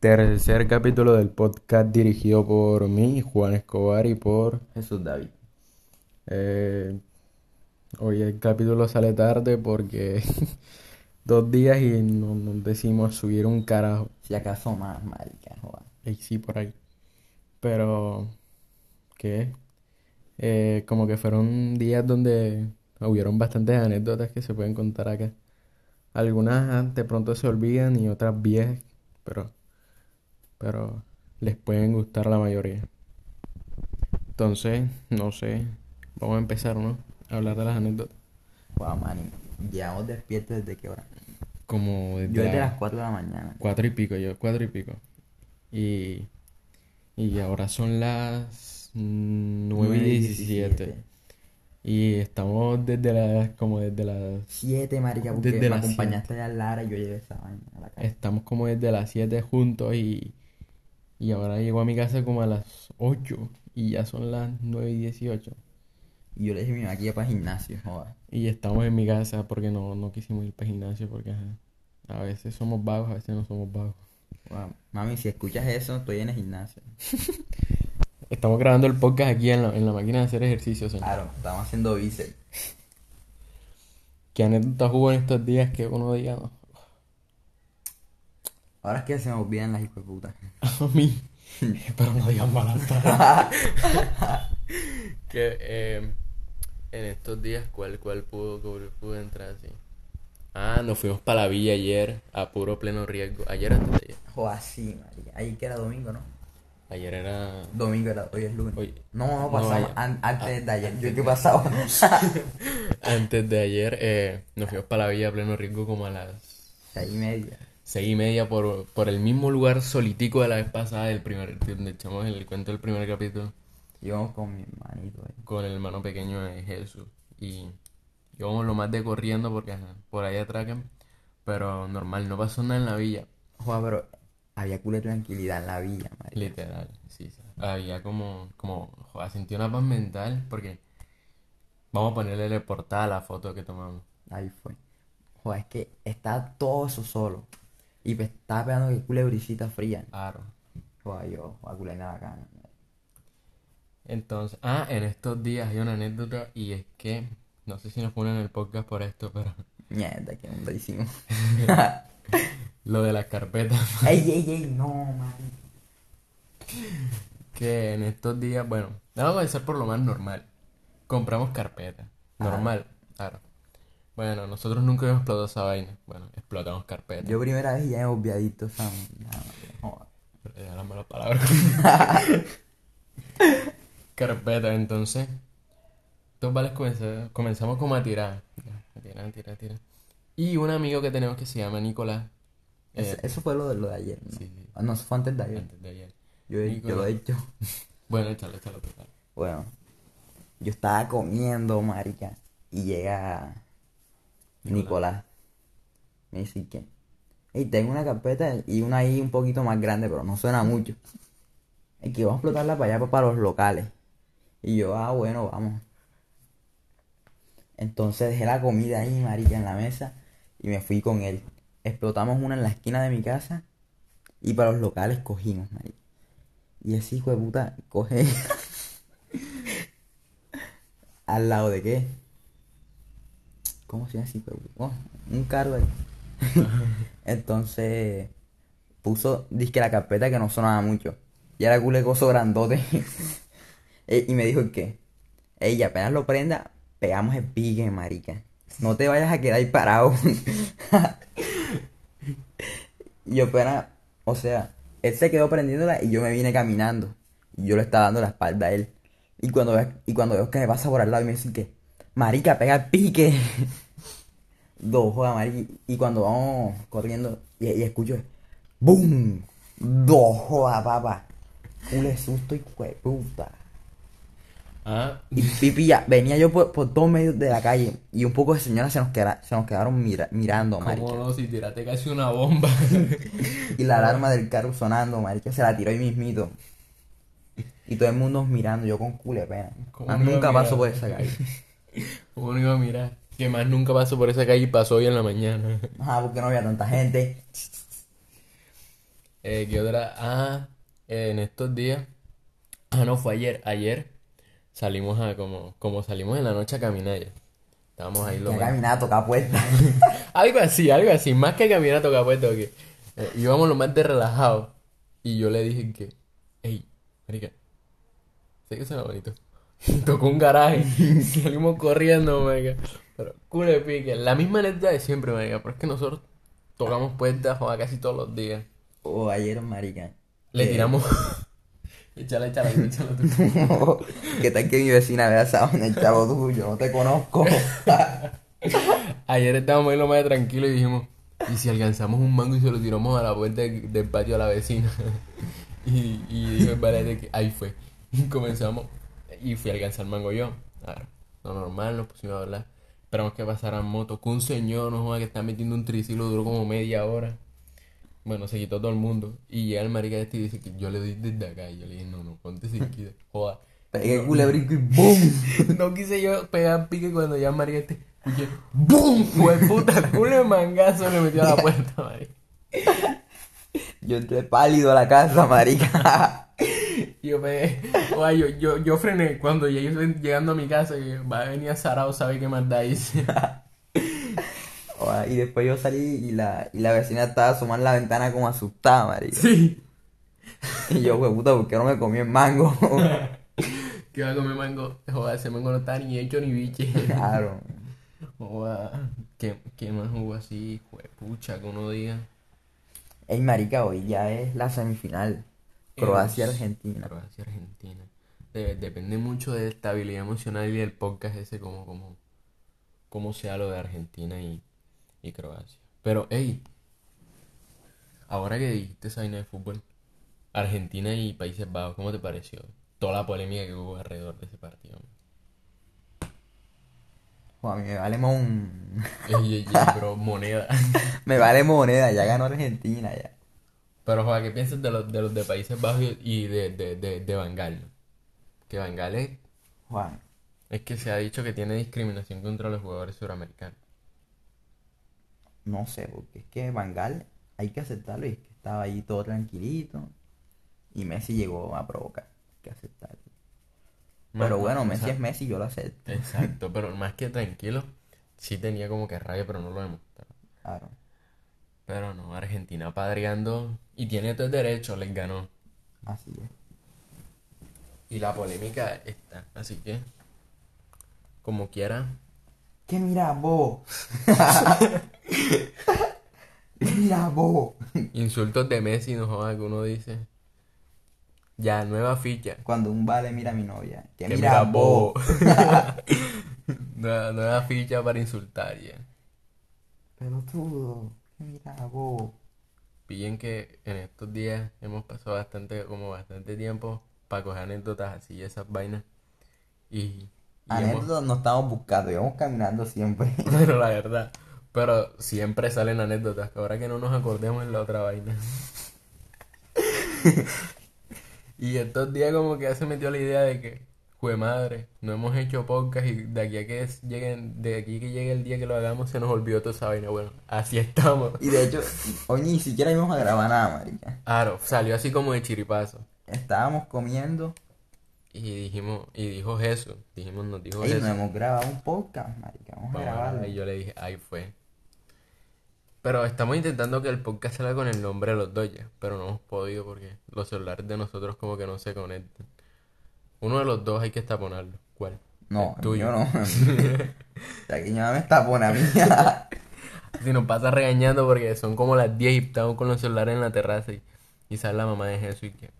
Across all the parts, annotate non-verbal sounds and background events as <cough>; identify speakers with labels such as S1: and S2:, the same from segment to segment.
S1: Tercer capítulo del podcast dirigido por mí, Juan Escobar, y por...
S2: Jesús David.
S1: eh, hoy el capítulo sale tarde porque <laughs> dos días y no, no decimos subir un carajo.
S2: Si acaso más, marica, joda.
S1: Y sí, por ahí. Pero... ¿Qué? Eh, como que fueron días donde hubieron bastantes anécdotas que se pueden contar acá. Algunas ah, de pronto se olvidan y otras viejas, pero... Pero les pueden gustar la mayoría. Entonces, no sé. Vamos a empezar, ¿no? A hablar de las anécdotas.
S2: Joda, mani. Llevamos despiertos desde qué hora.
S1: Como desde
S2: Yo desde
S1: las
S2: las 4 de la mañana.
S1: cuatro y pico, yo cuatro y pico. Y, y ahora son las nueve y diecisiete. Y estamos desde las, como desde las,
S2: 7, marica, porque
S1: Desde
S2: me
S1: las
S2: acompañaste a Lara y yo llevé esa vaina a la casa.
S1: estamos como desde las siete juntos y, y ahora llego a mi casa como a las ocho y ya son las nueve y dieciocho.
S2: Y yo le dije a mi mamá que iba para el gimnasio, joda.
S1: Y estamos en mi casa porque no, no quisimos ir para el gimnasio porque ajá, a veces somos vagos, a veces no somos vagos.
S2: Joda, Mami, si escuchas eso, estoy en el gimnasio.
S1: Estamos grabando el podcast aquí en la, en la máquina de hacer ejercicio, señor.
S2: Claro, estamos haciendo bíceps.
S1: ¿Qué anécdota hubo en estos días que uno diga no?
S2: Ahora es que se me olvidan las hijos de puta.
S1: A mí. Pero no digas malas <laughs> que eh, en estos días, ¿cuál, cuál pudo, cuál pudo entrar así? Ah, nos fuimos para la villa ayer a puro pleno riesgo. Ayer antes de ayer.
S2: Joda, sí, marica. Ahí que era domingo, ¿no?
S1: Ayer era.
S2: Domingo era, hoy es lunes.
S1: Hoy- Ah,
S2: No, no,
S1: no,
S2: pasaba
S1: ayer.
S2: an- antes de ayer. Yo qué pasaba.
S1: Antes de ayer eh, nos fuimos para la villa a pleno riesgo como a las
S2: <laughs> Seis y media.
S1: seis y media por, por el mismo lugar solitico de la vez pasada del primer, donde echamos el cuento del primer capítulo.
S2: Íbamos con mi hermanito eh. ahí.
S1: con el hermano pequeño de Jesús. Y íbamos lo más de corriendo porque ajá, por ahí atracan. Pero normal, no pasó nada en la villa.
S2: Joder, pero había culo de tranquilidad en la villa, marica.
S1: Literal, sí. sí. Había como, como, joder, sentí una paz mental porque vamos a ponerle el portada a la foto que tomamos.
S2: Ahí fue. Joder, es que estaba todo eso solo. Y me estaba pegando que culo de brisita fría.
S1: Aro.
S2: Joder, yo, joder, culo de nada bacana.
S1: Entonces, ah, en estos días hay una anécdota y es que, no sé si nos ponen en el podcast por esto, pero <laughs>
S2: Mierda, qué onda hicimos.
S1: lo de las carpetas.
S2: ey, ey, ey, no, marica.
S1: que en estos días, bueno, vamos a empezar por lo más normal. Compramos carpeta. Normal, claro. Bueno, nosotros nunca habíamos explotado esa vaina. Bueno, explotamos carpeta.
S2: Yo primera vez y ya he obviadito, esa mierda, marica, joder.
S1: Ya las malas palabras. <laughs> carpeta, entonces. Dos vales comenzamos, comenzamos como a tirar. Ya, Tirar, tirar, tirar. Y un amigo que tenemos que se llama Nicolás. eh,
S2: Eso- Eso fue lo de, lo de ayer, ¿no?
S1: sí, sí,
S2: Ah, No, eso fue antes de ayer.
S1: antes de ayer.
S2: Yo, yo
S1: Nicolás.
S2: lo he hecho.
S1: Bueno, échalo, échalo, total.
S2: Bueno, yo estaba comiendo, marica, y llega Nicolás. Me dice que, hey, tengo una carpeta y una ahí un poquito más grande, pero no suena mucho. Y que vamos a explotarla para allá, pa- para los locales. Y yo, ah, bueno, vamos. Entonces dejé la comida ahí, marica, en la mesa y me fui con él. Explotamos una en la esquina de mi casa y para los locales cogimos, marica. Y ese hijo de puta coge... ¿Al lado de qué? ¿Cómo se llama así? Oh, un carro ahí. <laughs> Entonces puso, dizque la carpeta que no sonaba mucho. Y era culo de coso grandote. <laughs> Eh, y me dijo que, ey, apenas lo prenda, pegamos el pique, marica. No te vayas a quedar ahí parado. <laughs> y yo apenas, o sea, él se quedó prendiéndola y yo me vine caminando. Y yo le estaba dando la espalda a él. Y cuando, ve- y cuando veo que me pasa por al lado y me dicen que, marica, pega el pique. <laughs> Dos, joda, marica. Y cuando vamos corriendo y, y escucho, ¡boom! Dos, joda, papá. Un le susto y de puta.
S1: Ah,
S2: Y pipi ya, venía yo por, por todos medios de la calle y un poco de señoras se nos, queda- se nos quedaron mira- mirando, marica.
S1: cómo no, si tiraste casi una bomba.
S2: Y la alarma del carro sonando, marica, se la tiró ahí mismito. Y todo el mundo mirando, yo con culo de pena.
S1: ¿Cómo
S2: Más
S1: me iba a
S2: nunca paso
S1: mirar?
S2: por esa calle.
S1: Uno iba a mirar? Que más nunca pasó por esa calle y pasó hoy en la mañana.
S2: Ajá, porque no había tanta gente.
S1: <laughs> Eh, ¿qué otra? Ah, eh, en estos días. Ah, no, fue ayer. Ayer salimos a como, como salimos en la noche a caminar ya. Estábamos ahí lo
S2: Ya
S1: más.
S2: caminaba, tocaba puertas.
S1: Algo así, algo así. Más que caminar a tocar puertas, porque eh, íbamos lo más de relajado. Y yo le dije que, hey, marica, sé que suena bonito. <laughs> Tocó un garaje. Salimos corriendo, marica. Pero, culo de pique. La misma anécdota de siempre, marica. Pero es que nosotros tocamos puertas, joda, casi todos los días.
S2: O Oh, ayer, marica. <laughs>
S1: Le
S2: que-
S1: tiramos... <laughs> Échala, échala, tú, échala tú.
S2: No, ¿Qué tal que mi vecina vea esa vaina, chavo tú? Yo no te <laughs> conozco.
S1: Ayer estábamos ahí lo más de tranquilo y dijimos, ¿y si alcanzamos un mango y se lo tiramos a la puerta de- del patio a la vecina? <laughs> Y, y dijo el ballet que ahí fue. Y comenzamos y fui a alcanzar el mango yo. A ver, lo normal, nos pusimos a hablar. Esperamos que pasaran motos. Que un señor nos joda que está metiendo un triciclo, duró como media hora. Bueno, se quitó todo el mundo. Y llega el marica este y dice que yo le doy desde acá. Y yo le dije, no, no, ponte sin quita. Joda.
S2: Pegué el culebrico y ¡boom!
S1: <laughs> No quise yo pegar pique cuando ya María te escuché. ¡Bum! Fue puta culo de mangazo le metió a la puerta, <laughs> marica.
S2: Yo entré pálido a la casa, marica. <laughs>
S1: Y Yo pegué. Oa, yo, yo, yo frené cuando llegué llegando a mi casa que va a venir a Sarao, sabe qué maldad hice.
S2: Oa, Y después yo salí y la, y la vecina estaba asomada en la ventana como asustada, marica.
S1: <laughs> Sí.
S2: Y yo, güey, puta, ¿por qué no me comí el mango?
S1: Que va a comer mango. Joder, ese mango no está ni hecho ni biche. <laughs>
S2: Claro.
S1: Joda. ¿Qué, qué más hubo así? Pucha, que uno diga.
S2: Ey, marica, hoy ya es la semifinal.
S1: Es-
S2: Croacia-Argentina.
S1: Croacia, Argentina. De- depende mucho de estabilidad emocional y del podcast ese, como, como, como sea lo de Argentina y, y Croacia. Pero, hey, ahora que dijiste esa vaina de fútbol, Argentina y Países Bajos, ¿cómo te pareció? Toda la polémica que hubo alrededor de ese partido.
S2: Oa, a mí me vale mon... <laughs>
S1: Ey, ey, ey, bro, moneda. <laughs>
S2: Me vale moneda, ya ganó Argentina, ya.
S1: Pero, Juan, ¿qué piensas de los de, los de Países Bajos y de, de, de, de Van Gaal? Que Van Gaal es
S2: Juan,
S1: Es que se ha dicho que tiene discriminación contra los jugadores suramericanos.
S2: no sé, porque es que Bangal hay que aceptarlo y es que estaba ahí todo tranquilito. Y Messi llegó a provocar, hay que aceptarlo.
S1: Más-
S2: Pero bueno, Eh.
S1: más-
S2: Messi es
S1: exacto,
S2: Messi, yo lo acepto.
S1: Exacto, pero más que tranquilo, sí tenía como que rabia, pero no lo demostraba.
S2: Claro.
S1: Pero no, Argentina padreando y tiene todo el derecho, les ganó.
S2: Así es.
S1: Y la polémica está, así que, como quiera,
S2: ¿Qué mira <laughs> vos? ¿Qué mira vos?
S1: insultos de Messi, no joda, que uno dice, ya, nueva ficha.
S2: Cuando un vale mira a mi novia. ¿Qué
S1: Que
S2: mira vos?
S1: <laughs> nueva, nueva ficha para insultar, ya.
S2: Pelotudo. ¿Qué mira vos?
S1: Pillen que en estos días hemos pasado bastante, como bastante tiempo para coger anécdotas así, esas vainas. Y, y hemos-
S2: Anécdotas no estamos buscando, íbamos caminando siempre.
S1: <laughs>
S2: <laughs>
S1: pero la verdad, pero siempre salen anécdotas, que ahora que no nos acordemos en la otra vaina. <laughs> Y estos días como que ya se metió la idea de que, jue madre, no hemos hecho podcast y de aquí a que es- lleguen, de aquí que llegue el día que lo hagamos se nos olvidó toda esa vaina. Bueno, así estamos.
S2: Y de hecho, hoy ni siquiera íbamos a grabar nada, marica.
S1: Claro, salió así como de chiripazo.
S2: Estábamos comiendo
S1: Y dijimos, y dijo Jesús, dijimos, nos dijo
S2: y no
S1: Jesús.
S2: hemos grabado un podcast, marica. Vamos
S1: Vamos
S2: a
S1: a grabar. Y
S2: grabarlo.
S1: yo le dije, ahí fue. Pero estamos intentando que el podcast salga con el nombre de los dos ya, pero no hemos podido porque los celulares de nosotros como que no se conectan. Uno de los dos hay que estaponarlo. ¿Cuál?
S2: No,
S1: El
S2: yo
S1: tuyo.
S2: no. <laughs> La que ya me está poniendo a mí.
S1: <laughs> Si nos pasa regañando porque son como las 10 y estamos con los celulares en la terraza y, y sale la mamá de Jesús y que...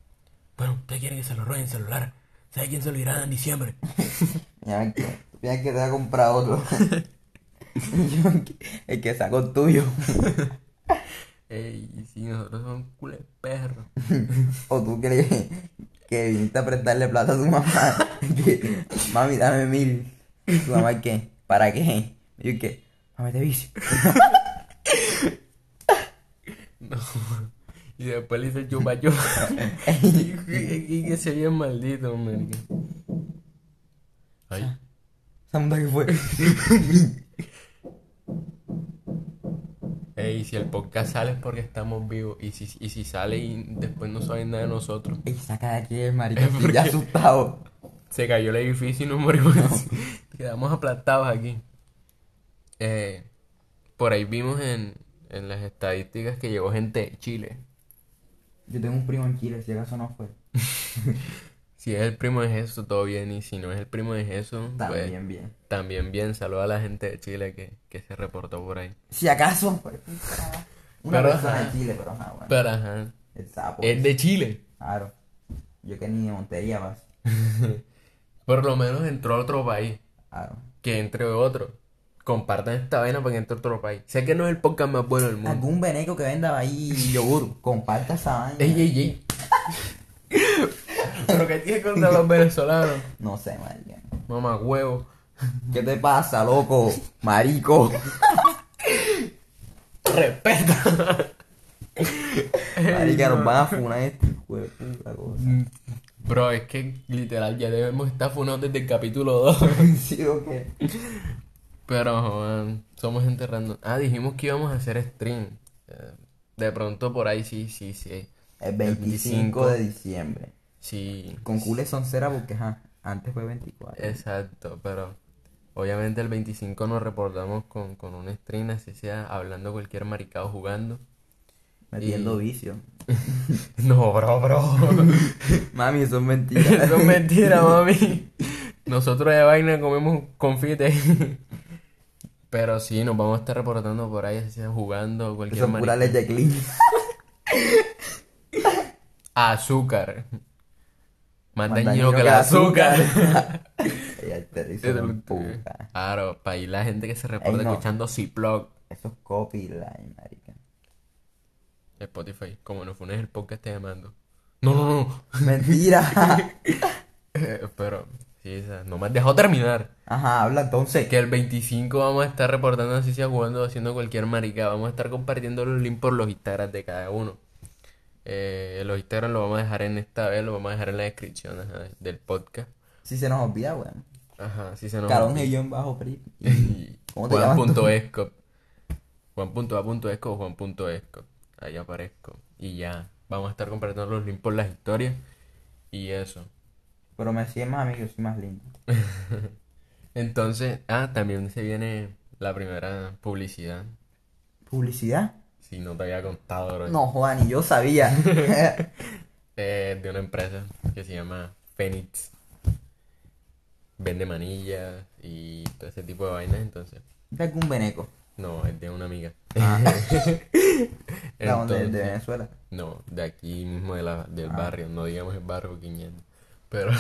S1: Bueno, usted quiere que se lo roben el celular. ¿Sabe quién se lo irá en
S2: <laughs>
S1: diciembre?
S2: <laughs> Ya ven que, ya que te ha comprado otro. <laughs> Y yo, el que- el que sacó el tuyo.
S1: Ey, y si nosotros somos culé perro.
S2: O tú crees que viniste a prestarle plata a tu mamá. <laughs> Que, mami, dame mil. ¿Tu mamá qué? ¿Para qué? Y yo que, mami, te <laughs> vicio.
S1: No. <laughs> Y después le hice chupa chupa. y, <laughs> y- y que se bien maldito, hombre. Ay.
S2: ¿Esa muda que fue?
S1: Ey, Ey, si el podcast sale es porque estamos vivos. Y si, y si sale y después no saben nada de nosotros.
S2: <laughs> Ey, saca de aquí,
S1: <laughs>
S2: marica,
S1: Es
S2: estoy
S1: porque-
S2: ya asustado.
S1: Se cayó el edificio y nos morimos. <laughs> Quedamos aplastados aquí. Eh, por ahí vimos en, en las estadísticas que llegó gente de Chile.
S2: Yo tengo un primo en Chile, si acaso no fue.
S1: Si es el primo de Jesús, todo bien. Y si no es el primo de Jesús, pues
S2: También bien.
S1: también bien. Saluda a la gente de Chile que, que se reportó por ahí.
S2: Si acaso fue. puta. Una
S1: Pero,
S2: persona
S1: ajá.
S2: en Chile, pero ajá, bueno.
S1: Pero eh. ajá,
S2: El sapo.
S1: es de Chile.
S2: Claro. Yo que ni de Montería vas.
S1: Por lo menos entró a otro país.
S2: Claro.
S1: Que entre otro. Compartan esta vaina para que entre otro país. Sé que no es el podcast más bueno del mundo.
S2: Algún veneco que venda ahí yogur, comparta esa vaina.
S1: Ey, ey, ey. <laughs> Pero que tiene contra los venezolanos.
S2: No sé, marica.
S1: Mamá huevo.
S2: ¿Qué te pasa, loco? Marico.
S1: Respeta. <laughs>
S2: Marica, nos van a funar este hijo de puta cosa.
S1: Bro, es que literal ya debemos estar funados desde el capítulo 2.
S2: ¿Sí o qué?
S1: Pero joder, somos gente random. Ah, dijimos que íbamos a hacer stream. Eh, De pronto por ahí sí, sí, sí.
S2: El
S1: 25
S2: 25 de diciembre.
S1: Sí.
S2: Con cules soncera porque ajá, antes fue 24.
S1: Eh, Exacto, pero obviamente el 25 nos reportamos con, con un stream, así sea, hablando cualquier maricado jugando. <laughs>
S2: Metiendo vicio.
S1: No, bro, <laughs> bro.
S2: Mami, eso es mentira.
S1: Eso es mentira, mami. Nosotros de vaina comemos confite. <laughs> Pero sí, nos vamos a estar reportando por ahí, así sea, jugando
S2: <laughs> Eso
S1: cualquier
S2: es pura
S1: maricada.
S2: leche clean.
S1: Azúcar. Más
S2: Más
S1: dañino que el azúcar. <laughs>
S2: Ella te dice una puta.
S1: Claro, para ahí la gente que se reporta
S2: no.
S1: escuchando Ziploc.
S2: Eso es copyright, marica.
S1: Spotify, como no funes el podcast te llamando. No, no, no. <laughs>
S2: Mentira.
S1: Eh, Pero, sí, o sea, no me has dejado terminar.
S2: Ajá, habla entonces.
S1: Que el 25 vamos a estar reportando así sea jugando, haciendo cualquier marica. Vamos a estar compartiendo los links por los Instagram de cada uno. Eh, los Instagram los vamos a dejar en esta vez, los vamos a dejar en la descripción ajá, del podcast.
S2: Si se nos olvida, weón.
S1: Ajá, si se nos
S2: Carón
S1: olvida.
S2: y yo en
S1: <laughs>
S2: bajo pri. ¿Cómo te llamas tú?
S1: Juan.esco. Juan.a.esco o Juan.esco. Ahí aparezco. Y ya. Vamos a estar compartiendo los links por las historias. Y eso.
S2: Pero me sigue más amigo, soy más lindo.
S1: Entonces, ah, también se viene la primera publicidad.
S2: ¿Publicidad?
S1: Si no te había contado, bro.
S2: No, joda, ni
S1: <laughs>
S2: yo sabía.
S1: Eh, de una empresa que se llama Phoenix. Vende manillas y todo ese tipo de vainas. Entonces,
S2: De
S1: <laughs>
S2: algún veneco. Ah,
S1: no, es de una amiga.
S2: La onda de, de
S1: Entonces-
S2: Venezuela.
S1: No, de aquí mismo de la, del barrio, no digamos el barrio Quiñendo. Pero,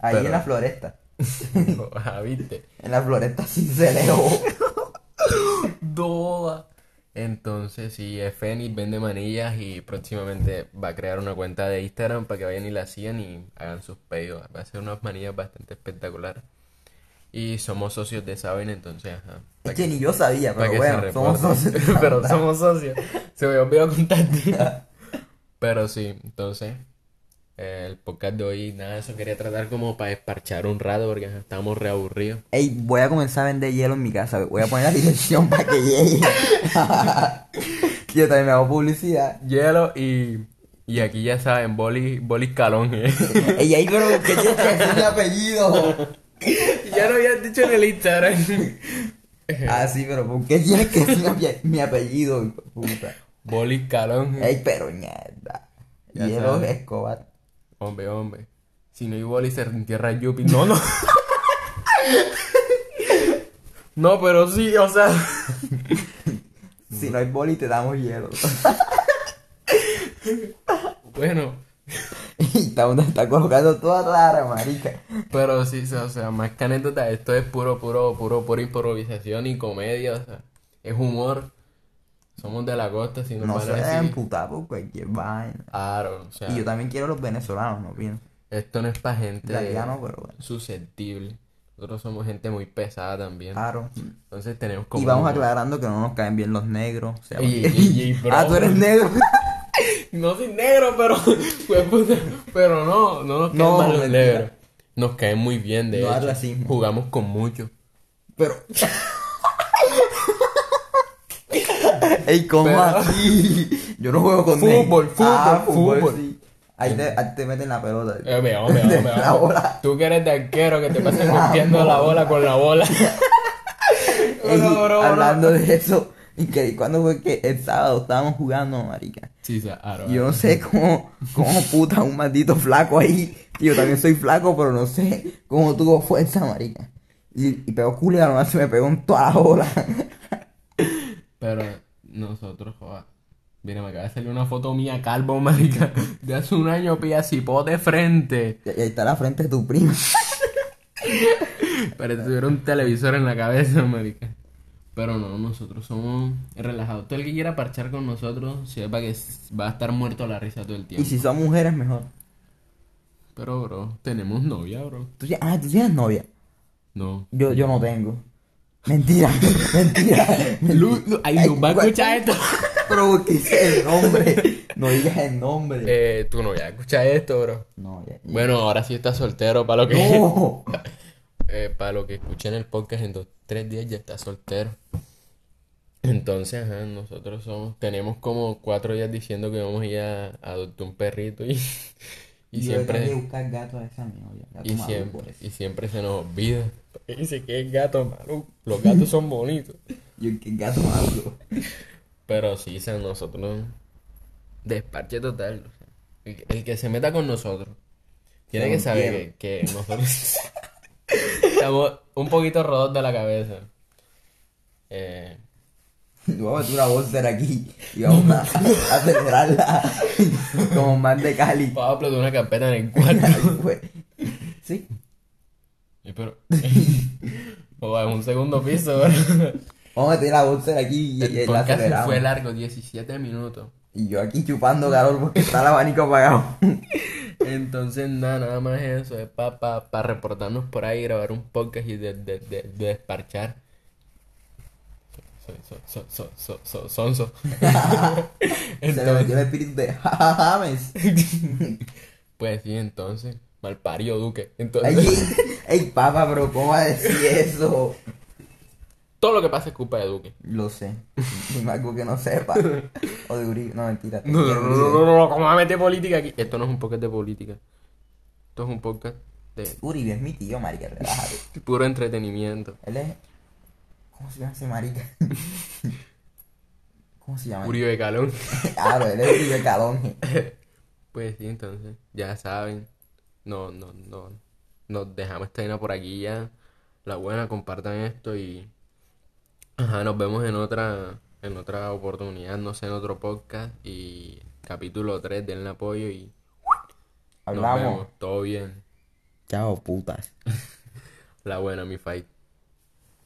S2: Ahí
S1: Pero-
S2: en la floresta.
S1: <laughs> no, ah, viste.
S2: En la floresta sí
S1: <laughs>
S2: se leo.
S1: Doa. Entonces, sí, es Fénix, vende manillas y próximamente va a crear una cuenta de Instagram para que vayan y la sigan y hagan sus pedidos. Va a ser unas manillas bastante espectaculares. Y somos socios de Saben, entonces, ajá.
S2: Es
S1: Para
S2: que
S1: que,
S2: ni yo sabía,
S1: para
S2: pero
S1: que se
S2: bueno, somos
S1: reporten.
S2: socios.
S1: <laughs>
S2: de la
S1: Pero
S2: onda.
S1: somos socios. Se me olvidó contarte. <laughs> Pero sí, entonces, eh, el podcast de hoy, nada de eso quería tratar como para esparchar un rato porque ajá, estábamos reaburridos.
S2: Ey, voy a comenzar a vender hielo en mi casa. Voy a poner la dirección para que llegue. <laughs> yo también me hago publicidad.
S1: Hielo y, y aquí ya saben, boli, boli calón, ¿eh?
S2: Ey, ahí creo que tienes que decir mi apellido.
S1: <laughs> ya lo habías dicho en el Instagram.
S2: Ah, sí, pero ¿por qué tienes que decir mi- mi apellido, hijo de puta?
S1: <laughs> boli calón. eh.
S2: Ey, pero ñerda.
S1: Ya
S2: Hielo
S1: sabes.
S2: Escobar.
S1: Hombre, hombre. Si no hay boli, se entierra Yupi. No, <laughs> no. no, pero sí, o sea.
S2: Si no hay boli, te damos hielo.
S1: Bueno,
S2: <laughs> y esta onda está colocando toda rara, marica.
S1: pero sí, o sea, o sea, más que anécdota, esto es puro, puro, puro, pura improvisación y comedia, o sea, es humor. Somos de la costa, si nos
S2: No
S1: van
S2: se
S1: a
S2: deben
S1: decir.
S2: putar por cualquier vaina.
S1: Claro, o sea,
S2: Y yo también quiero los venezolanos, no pienso.
S1: esto no es para gente
S2: Italiano, pero bueno.
S1: susceptible. Nosotros somos gente muy pesada también.
S2: Claro.
S1: Entonces tenemos como.
S2: Ah. Y vamos aclarando que no nos caen bien los negros. o sea,
S1: Ey,
S2: porque-
S1: ey,
S2: <laughs>
S1: ey, bro.
S2: ah, tú eres negro.
S1: No soy negro, pero. <laughs> pues, puta, pero no, no nos caen
S2: No,
S1: mal los
S2: mentira.
S1: negros. Nos caen muy bien, de
S2: No hay
S1: hecho.
S2: racismo.
S1: <laughs> Jugamos con muchos.
S2: Pero. Ey, ¿cómo
S1: Pero-
S2: así? Yo no juego con
S1: Fútbol, fútbol,
S2: Ney. Ah, fútbol,
S1: fútbol.
S2: sí. Ahí te, ahí te meten la pelota.
S1: Eh, hombre, hombre, hombre,
S2: <laughs>
S1: hombre.
S2: La bola.
S1: Tú que eres de arquero, que te pasas golpeando la bola con la bola.
S2: <laughs> Ey,
S1: Bro, bro, bro.
S2: hablando de eso, y que cuando fue que el sábado estábamos jugando, marica.
S1: Sí, sí, aro,
S2: Yo no sé cómo, cómo puta un maldito flaco ahí. Yo también soy flaco, pero no sé cómo tuvo fuerza, marica. Y, y pegó culo y la se me pegó en toda la bola. <laughs>
S1: Pero nosotros, joder. Mira, me acaba de salir una foto mía calvo, marica. De hace un año, pilla cipó de frente.
S2: Y ahí está la frente de tu prima.
S1: Pero tuviera un televisor en la cabeza, marica. Pero no, nosotros somos relajados. Todo el que quiera parchar con nosotros, sepa que s- va a estar muerto a la risa todo el
S2: Y
S1: tiempo.
S2: si son mujeres, mejor.
S1: Pero, bro, tenemos novia, bro.
S2: ¿Tú, tie- ah, tú tienes novia.
S1: No.
S2: Yo, yo no tengo. Mentira, <laughs> mentira.
S1: Lu, Lu- ay, Lu, va a
S2: güey.
S1: escuchar esto.
S2: Pero porque dice el nombre. No digas el nombre.
S1: Eh, tú no ya escuchar esto, bro.
S2: No, ya.
S1: Bueno, ahora sí estás soltero para lo que
S2: No.
S1: <laughs> eh, para lo que escuché en el podcast en dos, tres días ya estás soltero. Entonces, ajá, nosotros somos, tenemos como cuatro días diciendo que vamos a ir a, a adoptar un perrito y, <laughs> y
S2: Yo le tengo que
S1: siempre,
S2: buscar gato a esa novia. Gato
S1: y
S2: maduro,
S1: siempre,
S2: pues.
S1: y siempre se nos olvida. Porque Dice que es gato malo, los gatos son bonitos.
S2: Yo que gato maduro. <laughs>
S1: Pero sí, o sea, nosotros, desparche total. o sea, el, el que se meta con nosotros tiene
S2: Se
S1: que
S2: nos
S1: saber
S2: quiere.
S1: que, que nosotros <laughs> estamos un poquito rotos de la cabeza. Eh,
S2: Vamos a meter una bolsa aquí y vamos a, <laughs> a celebrarla <laughs> como más de Cali. <laughs>
S1: Pablo de una carpeta en el cuarto.
S2: Ahí fue. Sí,
S1: Y pero. <laughs> O en un segundo piso, bro.
S2: vamos a meter la bolsa aquí y, y
S1: El
S2: la
S1: podcast se
S2: aceleramos.
S1: fue largo, 17 minutos.
S2: Y yo aquí chupando calor porque está el abanico apagado. <laughs>
S1: Entonces, nada, nada más eso. Es para pa, pa reportarnos por ahí, grabar un podcast y de, de, de, de desparchar. So- so- so- so- so- so- <laughs> sonso.
S2: Se le metió
S1: Entonces,
S2: el espíritu de jajajames.
S1: <laughs> pues sí, entonces. Mal parió, Duque.
S2: Ay,
S1: Entonces,
S2: ey, papá, pero ¿cómo va a decir eso?
S1: todo lo que pasa es culpa de Duque.
S2: Lo sé. Dime algo que
S1: <laughs>
S2: no sepa. O de Uribe. No, mentira.
S1: No, no, no, no, no, no, ¿cómo va a meter política aquí? Esto no es un podcast de política. Esto es un podcast de
S2: Uribe es mi tío, marica, relájate.
S1: puro entretenimiento.
S2: Él es... ¿Cómo se llama ese marica? <laughs> ¿Cómo se <laughs> llama?
S1: Uribe Calón.
S2: Claro, él es Uribe Calón.
S1: Pues sí, entonces, ya saben. No, no, no. Nos dejamos esta vaina por aquí ya. La buena, compartan esto y. Ajá, nos vemos en otra, en otra oportunidad, no sé, en otro podcast. Y capítulo 3, denle apoyo y nos
S2: Hablamos.
S1: vemos. Todo bien.
S2: Chao, putas.
S1: La buena, mi fight.